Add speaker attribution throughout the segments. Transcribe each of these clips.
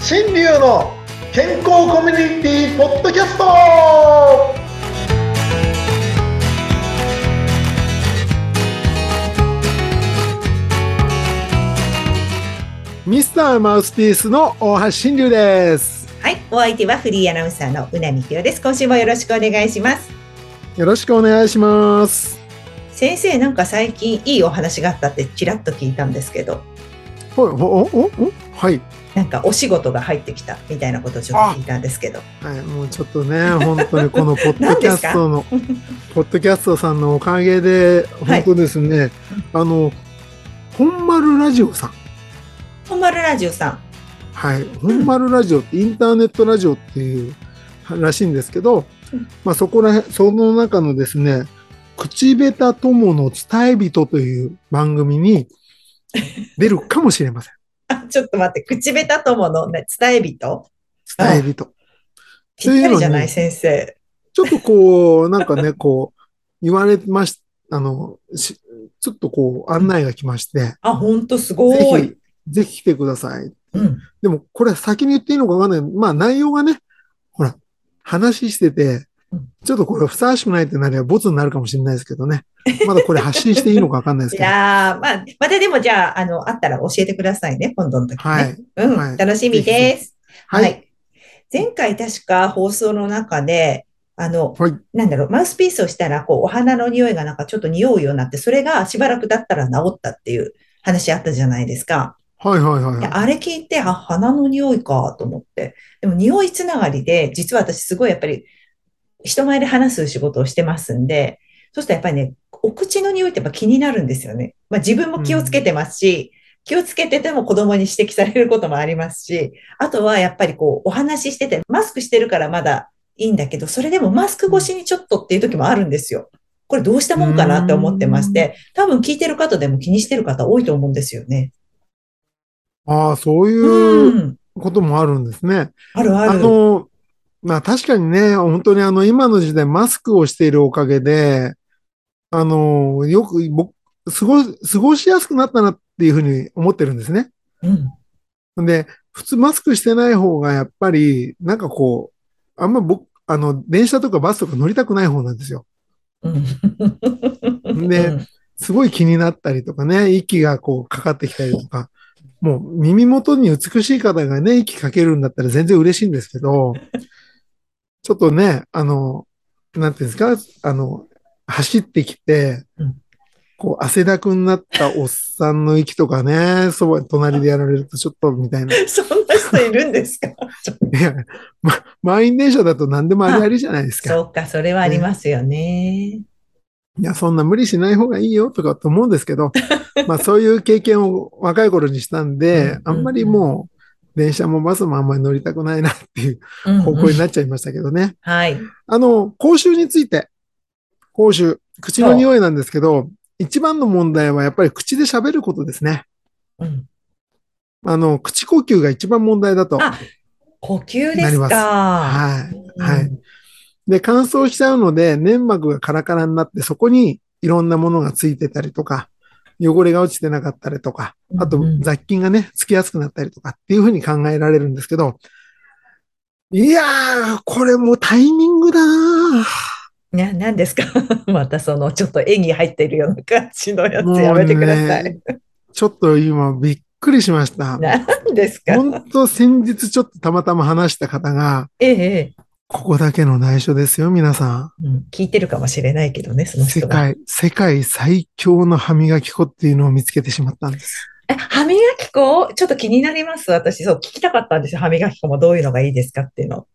Speaker 1: 新流の健康コミュニティポッドキャストは
Speaker 2: ミスターマウスピースの大橋新流です。
Speaker 3: はい、お相手はフリーアナウンサーのうなみひろです。今週もよろしくお願いします。
Speaker 2: よろしくお願いします。
Speaker 3: 先生、なんか最近いいお話があったってちらっと聞いたんですけど、
Speaker 2: おおおおおはい、
Speaker 3: なんかお仕事が入ってきたみたいなことをちょっと聞いたんですけど、
Speaker 2: はい、もうちょっと ね、本当にこのポッドキャストのポッドキャストさんのおかげで
Speaker 3: はい
Speaker 2: 本当ですね、あの本丸ラジオさん、
Speaker 3: 本丸ラジオさん。
Speaker 2: はい、本丸ラジオってインターネットラジオっていうらしいんですけど
Speaker 3: うん、
Speaker 2: まあそこら辺その中のですね、口下手友の伝え人という番組に出るかもしれません。
Speaker 3: あちょっと待って、口下手友の、ね、伝え人
Speaker 2: 伝え人。
Speaker 3: ぴったりじゃな
Speaker 2: というのに
Speaker 3: い先生。
Speaker 2: ちょっとこう、なんかね、こう、言われまし、あの、しちょっとこう、案内が来まして、
Speaker 3: あ、ほんとす
Speaker 2: ぜ
Speaker 3: ごい。
Speaker 2: ひ、ぜひ来てください。
Speaker 3: うん。
Speaker 2: でも、これ先に言っていいのかわかんない。まあ、内容がね、ほら、話してて
Speaker 3: うん、
Speaker 2: ちょっとこれふさわしくないってなればボツになるかもしれないですけどね。まだこれ発信していいのかわかんないです
Speaker 3: い
Speaker 2: けど。
Speaker 3: やー、まあ、またでもじゃあ、あの、あったら教えてくださいね、今度の時ね。
Speaker 2: はい。
Speaker 3: うん、
Speaker 2: はい
Speaker 3: 楽しみです。
Speaker 2: はい。
Speaker 3: 前回確か放送の中で、あの、
Speaker 2: はい
Speaker 3: なんだろう、マウスピースをしたら、こう、お花の匂いがなんかちょっと匂うようになって、それがしばらくだったら治ったっていう話あったじゃないですか。
Speaker 2: はいはいはい
Speaker 3: で
Speaker 2: は
Speaker 3: あれ聞いて、あ、花の匂いかと思って。でも匂いつながりで、実は私すごいやっぱり、人前で話す仕事をしてますんで、そうするとやっぱりね、お口の匂いってやっぱ気になるんですよね。まあ自分も気をつけてますし、気をつけてても子供に指摘されることもありますし、あとはやっぱりこう、お話ししてて、マスクしてるからまだいいんだけど、それでもマスク越しにちょっとっていう時もあるんですよ。これどうしたもんかなって思ってまして、多分聞いてる方でも気にしてる方多いと思うんですよね。
Speaker 2: い。ああ、そう
Speaker 3: う。
Speaker 2: いうんこともあるんですね。
Speaker 3: あるあ
Speaker 2: あ
Speaker 3: る。
Speaker 2: の、まあ確かにね、本当にあの今の時代マスクをしているおかげで、あの、よく僕、過ご、過ごしやすくなったなっていうふうに思ってるんですね。
Speaker 3: うん。
Speaker 2: で、普通マスクしてない方がやっぱり、なんかこう、あんま僕、あの、電車とかバスとか乗りたくない方なんですよ。
Speaker 3: うん
Speaker 2: で
Speaker 3: うん
Speaker 2: すごい気になったりとかね、息がこうかかってきたりとか、もう耳元に美しい方がね、息かけるんだったら全然嬉しいんですけど、ちょっとね、あの、なんていうんですか、あの、走ってきて
Speaker 3: うん、
Speaker 2: こう汗だくになったおっさんの息とかね、そば、隣でやられるとちょっとみたいな。い
Speaker 3: そんな人いるんですか
Speaker 2: や、 ま、満員電車だと何でもありありじゃないですか。
Speaker 3: そうか、それはありますよね。
Speaker 2: いや、そんな無理しない方がいいよとかと思うんですけど、 まあそういう経験を若い頃にしたんで、
Speaker 3: うん
Speaker 2: あんまりもう電車もバスもあんまり乗りたくないなっていう
Speaker 3: うんうん
Speaker 2: 方向になっちゃいましたけどね。
Speaker 3: はい。
Speaker 2: あの、口臭について、口臭、口の匂いなんですけど、一番の問題はやっぱり口で喋ることですね。
Speaker 3: うん
Speaker 2: あの、口呼吸が一番問題だと。
Speaker 3: あ呼吸で
Speaker 2: なり
Speaker 3: す
Speaker 2: ます
Speaker 3: か。
Speaker 2: はい。
Speaker 3: うん
Speaker 2: はいで、乾燥しちゃうので、粘膜がカラカラになって、そこにいろんなものがついてたりとか、汚れが落ちてなかったりとか、あと
Speaker 3: うんうん
Speaker 2: 雑菌がね、つきやすくなったりとかっていうふうに考えられるんですけど、いやー、これもうタイミングだなー
Speaker 3: な、何ですか またその、ちょっと演技入ってるような感じのやつ
Speaker 2: もうね
Speaker 3: やめてください。
Speaker 2: ちょっと今びっくりしました。
Speaker 3: 何ですか
Speaker 2: 本当先日ちょっとたまたま話した方が、
Speaker 3: えええ
Speaker 2: ここだけの内緒ですよ、皆さん。
Speaker 3: え、うん聞いてるかもしれないけどね、その
Speaker 2: 世
Speaker 3: 人が。
Speaker 2: 界、世界最強の歯磨き粉っていうのを見つけてしまったんです。
Speaker 3: え歯磨き粉ちょっと気になります。私、そう、聞きたかったんですよ。歯磨き粉もどういうのがいいですかっていうの。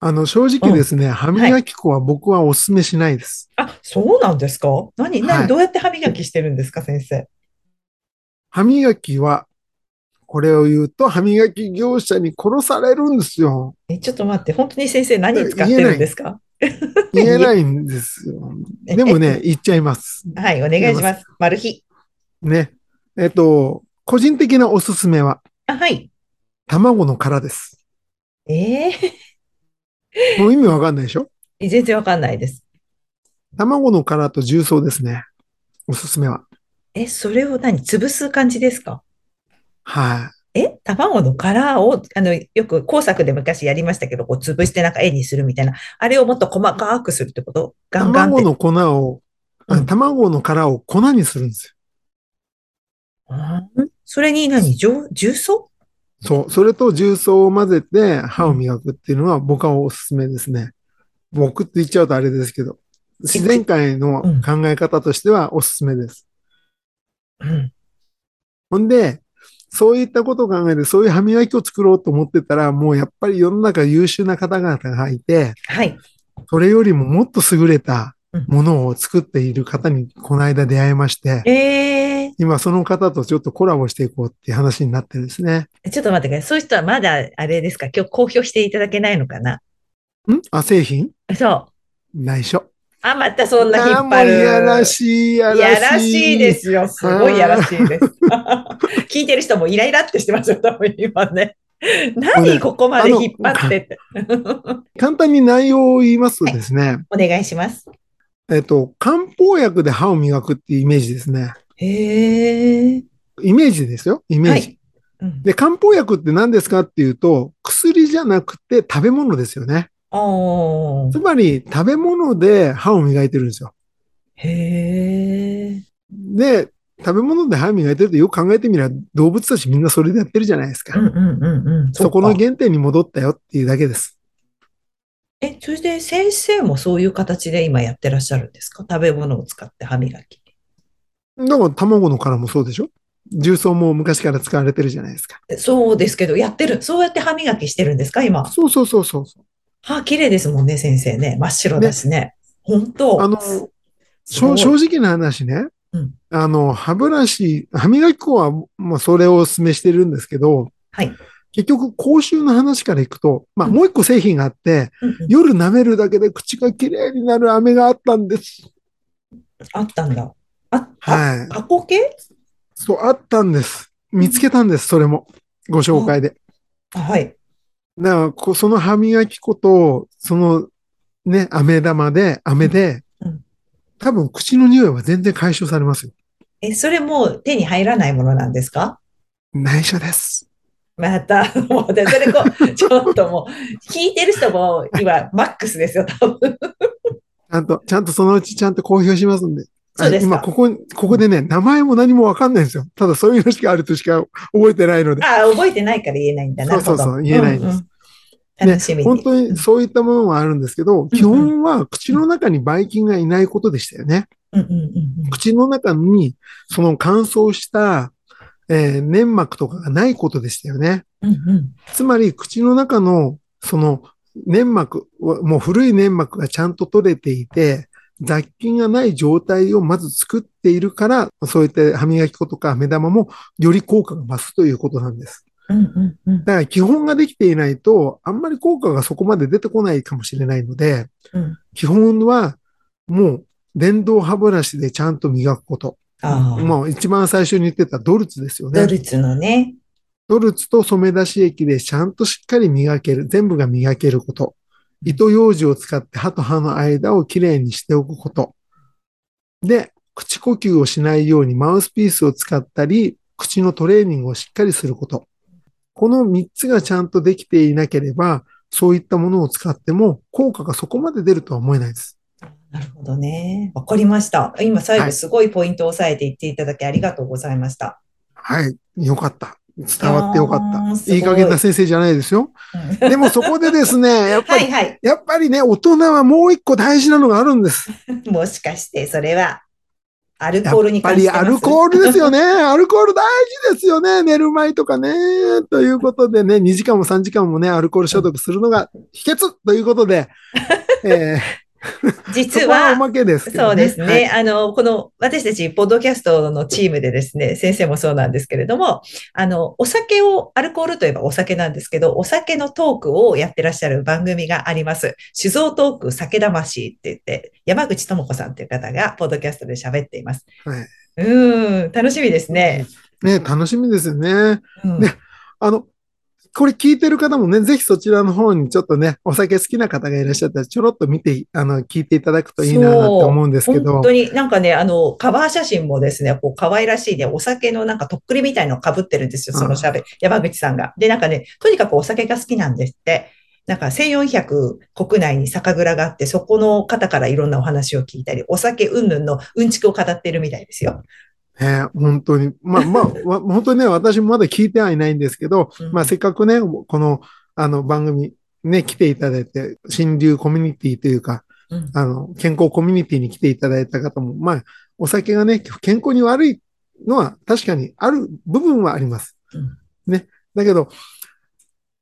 Speaker 2: あの、正直ですね、歯磨き粉は僕はお勧めしないです。
Speaker 3: あ、そうなんですか何、何、
Speaker 2: はい
Speaker 3: どうやって歯磨きしてるんですか、先生。
Speaker 2: 歯磨きは、これを言うと歯磨き業者に殺されるんですよ。
Speaker 3: え、ちょっと待って、本当に先生何使ってるんですか
Speaker 2: 言えないんです よ。でもね、言っちゃいます。
Speaker 3: はい、お願いします。マル秘。
Speaker 2: ね。えっと、個人的なおすすめは、
Speaker 3: あ、はい。
Speaker 2: 卵の殻です。
Speaker 3: ええ
Speaker 2: もう意味わかんないでしょ
Speaker 3: 全然わかんないです。
Speaker 2: 卵の殻と重曹ですね。おすすめは。
Speaker 3: え、それを何潰す感じですか
Speaker 2: はい、
Speaker 3: え卵の殻を、あの、よく工作で昔やりましたけど、こう潰してなんか絵にするみたいな、あれをもっと細かくするってことガンガンって
Speaker 2: 卵。の粉を、あ
Speaker 3: うん
Speaker 2: 卵の殻を粉にするんですよ。
Speaker 3: うんそれに何重重曹
Speaker 2: そう。それと重曹を混ぜて歯を磨くっていうのは僕はおすすめですね。僕って言っちゃうとあれですけど、自然界の考え方としてはおすすめです。
Speaker 3: うん。
Speaker 2: ほんで、そういったことを考えて、そういう歯磨きを作ろうと思ってたら、もうやっぱり世の中優秀な方々がいて、
Speaker 3: はい。
Speaker 2: それよりももっと優れたものを作っている方にこの間出会いまして、
Speaker 3: え
Speaker 2: 今その方とちょっとコラボしていこうっていう話になってるんですね。
Speaker 3: ー、ちょっと待ってください。そういう人はまだ、あれですか、今日公表していただけないのかなん
Speaker 2: あ、製品
Speaker 3: そう。
Speaker 2: 内緒。
Speaker 3: あ、またそんな引
Speaker 2: あ
Speaker 3: っ
Speaker 2: も
Speaker 3: 張
Speaker 2: う
Speaker 3: る。
Speaker 2: いやらしい、やらしい。
Speaker 3: やらしいですよ。すごいやらしいです。 聞いてる人もイライラってしてますよ、多分今ね。何ここまで引っ張ってって。
Speaker 2: 簡単に内容を言いますとですね、
Speaker 3: お願いします。
Speaker 2: えっと、漢方薬で歯を磨くっていうイメージですね。
Speaker 3: へえ。
Speaker 2: イメージですよ、イメージ。
Speaker 3: はい。うん
Speaker 2: で、漢方薬って何ですかっていうと、薬じゃなくて食べ物ですよね。
Speaker 3: あ
Speaker 2: つ
Speaker 3: あ。
Speaker 2: まり、食べ物で歯を磨いてるんですよ。
Speaker 3: へえ。
Speaker 2: で、食べ物で歯磨いてるってよく考えてみれば、動物たちみんなそれでやってるじゃないです
Speaker 3: う
Speaker 2: か。
Speaker 3: んうんうんうん。
Speaker 2: そこの
Speaker 3: っか
Speaker 2: 原点に戻ったよっていうだけです。
Speaker 3: え、それで先生もそういう形で今やってらっしゃるんですか食べ物を使って歯磨き。
Speaker 2: だから、卵の殻もそうでしょ重曹も昔から使われてるじゃないですか。
Speaker 3: えそうですけど、やってる。そうやって歯磨きしてるんですか今。
Speaker 2: そうそうそうそう。
Speaker 3: 歯綺麗ですもんね、先生ね。真っ白だしね。本当。
Speaker 2: あの、
Speaker 3: す
Speaker 2: しょ
Speaker 3: す
Speaker 2: 正
Speaker 3: ごい
Speaker 2: 直な話ね、
Speaker 3: うん
Speaker 2: あの、歯ブラシ、歯磨き粉は、まあ、それをお勧めしてるんですけど、
Speaker 3: はい
Speaker 2: 結局、口臭の話からいくと、まあ、
Speaker 3: うん
Speaker 2: もう一個製品があって、
Speaker 3: うんうん
Speaker 2: 夜舐めるだけで口が綺麗になる飴があったんです。
Speaker 3: あったんだ。あ、あ、
Speaker 2: はい。
Speaker 3: 過去形
Speaker 2: そう、あったんです。見つけたんです、それも。ご紹介で。
Speaker 3: あはい。
Speaker 2: だからこ、その歯磨き粉と、その、ね、飴玉で、飴で、
Speaker 3: うんうん
Speaker 2: 多分、口の匂いは全然解消されますよ。
Speaker 3: え、それもう手に入らないものなんですか
Speaker 2: 内緒です。
Speaker 3: また、 もうで、それこう、 ちょっともう、聞いてる人も今、マックスですよ、多分。
Speaker 2: ちゃんと、ちゃんとそのうちちゃんと公表しますんで。
Speaker 3: そうですか
Speaker 2: あ今ここ、ここでね、名前も何もわかんないんですよ。ただそういうのしかあるとしか覚えてないので。
Speaker 3: あ、覚えてないから言えないんだな。
Speaker 2: そうそうそう
Speaker 3: なるほど
Speaker 2: 言えないんです
Speaker 3: うんうん楽しみに。
Speaker 2: 本当にそういったものもあるんですけど、基本は口の中にばい菌がいないことでしたよね。
Speaker 3: うんうんうんうん
Speaker 2: 口の中にその乾燥した、えー粘膜とかがないことでしたよね。
Speaker 3: うんうん
Speaker 2: つまり口の中のその粘膜は、もう古い粘膜がちゃんと取れていて、雑菌がない状態をまず作っているから、そういった歯磨き粉とか目玉もより効果が増すということなんです。
Speaker 3: うんうんう
Speaker 2: だ
Speaker 3: ん
Speaker 2: から基本ができていないと、あんまり効果がそこまで出てこないかもしれないので、
Speaker 3: うん
Speaker 2: 基本はもう電動歯ブラシでちゃんと磨くこと。
Speaker 3: ああ、
Speaker 2: もう一番最初に言ってたドルツですよね。
Speaker 3: ドルツのね。
Speaker 2: ドルツと染め出し液でちゃんとしっかり磨ける、全部が磨けること。糸楊枝を使って歯と歯の間をきれいにしておくこと。で、口呼吸をしないようにマウスピースを使ったり、口のトレーニングをしっかりすること。この3つがちゃんとできていなければ、そういったものを使っても効果がそこまで出るとは思えないです。
Speaker 3: なるほどね。わかりました。今、最
Speaker 2: は
Speaker 3: 後、
Speaker 2: い
Speaker 3: すごいポイントを押さえて言っていただきありがとうございました。
Speaker 2: はい。よかった。伝わってよか
Speaker 3: あー
Speaker 2: っ
Speaker 3: す
Speaker 2: た。
Speaker 3: ごい
Speaker 2: いい加減な先生じゃないですよ。
Speaker 3: うん
Speaker 2: でもそこでですね、やっぱ
Speaker 3: は
Speaker 2: り
Speaker 3: いはい。
Speaker 2: やっぱりね、大人はもう一個大事なのがあるんです。
Speaker 3: もしかして、それは、アル
Speaker 2: や
Speaker 3: コールに
Speaker 2: っぱ
Speaker 3: 関し
Speaker 2: り
Speaker 3: てます
Speaker 2: アルコールですよね。 アルコール大事ですよね。寝る前とかね。ということでね、2時間も3時間もね、アルコール消毒するのが秘訣ということで、えー、そ
Speaker 3: 実
Speaker 2: こはお
Speaker 3: は、
Speaker 2: まけですけど、ね。
Speaker 3: そうです
Speaker 2: はい
Speaker 3: ね。あの、この、私たち、ポッドキャストのチームでですね、先生もそうなんですけれども、あの、お酒を、アルコールといえばお酒なんですけど、お酒のトークをやってらっしゃる番組があります。酒造トーク酒魂って言って、山口智子さんという方が、ポッドキャストで喋っています。
Speaker 2: はい、
Speaker 3: うーん、楽しみですね。
Speaker 2: ね、楽しみですよね。
Speaker 3: うん
Speaker 2: ねあの、これ聞いてる方もね、ぜひそちらの方にちょっとね、お酒好きな方がいらっしゃったら、ちょろっと見て、あの、聞いていただくといいなって思うんですけど
Speaker 3: 本、当になんかね、あの、カバー写真もですね、こう、可愛らしいね、お酒のなんかとっくりみたいのを被ってるんですよ、そのしゃべ、山口さんが。で、なんかね、とにかくお酒が好きなんですって。なんか、1400国内に酒蔵があって、そこの方からいろんなお話を聞いたり、お酒云々のうんちくを語ってるみたいですよ。
Speaker 2: ね、本当に。まあ まあ、わ本当にね、私もまだ聞いてはいないんですけど、
Speaker 3: うん
Speaker 2: まあせっかくね、この、あの番組、ね、来ていただいて、新流コミュニティというか、
Speaker 3: うん
Speaker 2: あの、健康コミュニティに来ていただいた方も、まあ、お酒がね、健康に悪いのは確かにある部分はあります。
Speaker 3: うん
Speaker 2: ね。だけど、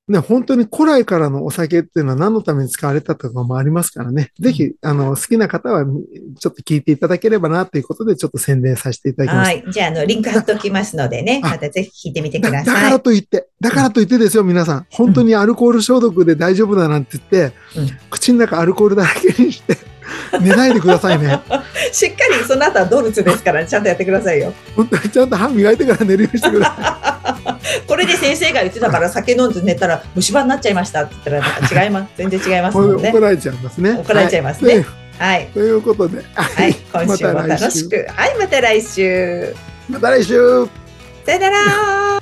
Speaker 2: ね、本当に古来からのお酒っていうのは何のために使われたとかもありますからね。ぜひ、あの、好きな方は、ちょっと聞いていただければな、ということで、ちょっと宣伝させていただきました
Speaker 3: は。い。じゃあ、あの、リンク貼っておきますのでね、
Speaker 2: あ
Speaker 3: またぜひ聞いてみてく
Speaker 2: だ
Speaker 3: だ
Speaker 2: だから
Speaker 3: さ い。
Speaker 2: と言って、だからと言ってですよ、皆さん。本当にアルコール消毒で大丈夫だなんて言って、
Speaker 3: うん
Speaker 2: 口の中アルコールだらけに して、寝ないでくださいね。
Speaker 3: しっかり、その後はドルツですから、ちゃんとやってくださいよ。
Speaker 2: 本当にちゃんと歯磨いてから寝るようにしてください。
Speaker 3: これで先生が言ってた から酒飲んで寝たら虫歯になっちゃいましたって言ったらなんか違 います。全然 違います
Speaker 2: これ
Speaker 3: もん
Speaker 2: で
Speaker 3: ね
Speaker 2: 怒。られちゃいますね。
Speaker 3: 怒られちゃいますね
Speaker 2: は
Speaker 3: はい。
Speaker 2: ということで、は
Speaker 3: はい。今週 も
Speaker 2: また来
Speaker 3: 楽
Speaker 2: 週
Speaker 3: しく。はい。また来週。
Speaker 2: また来週
Speaker 3: さよなら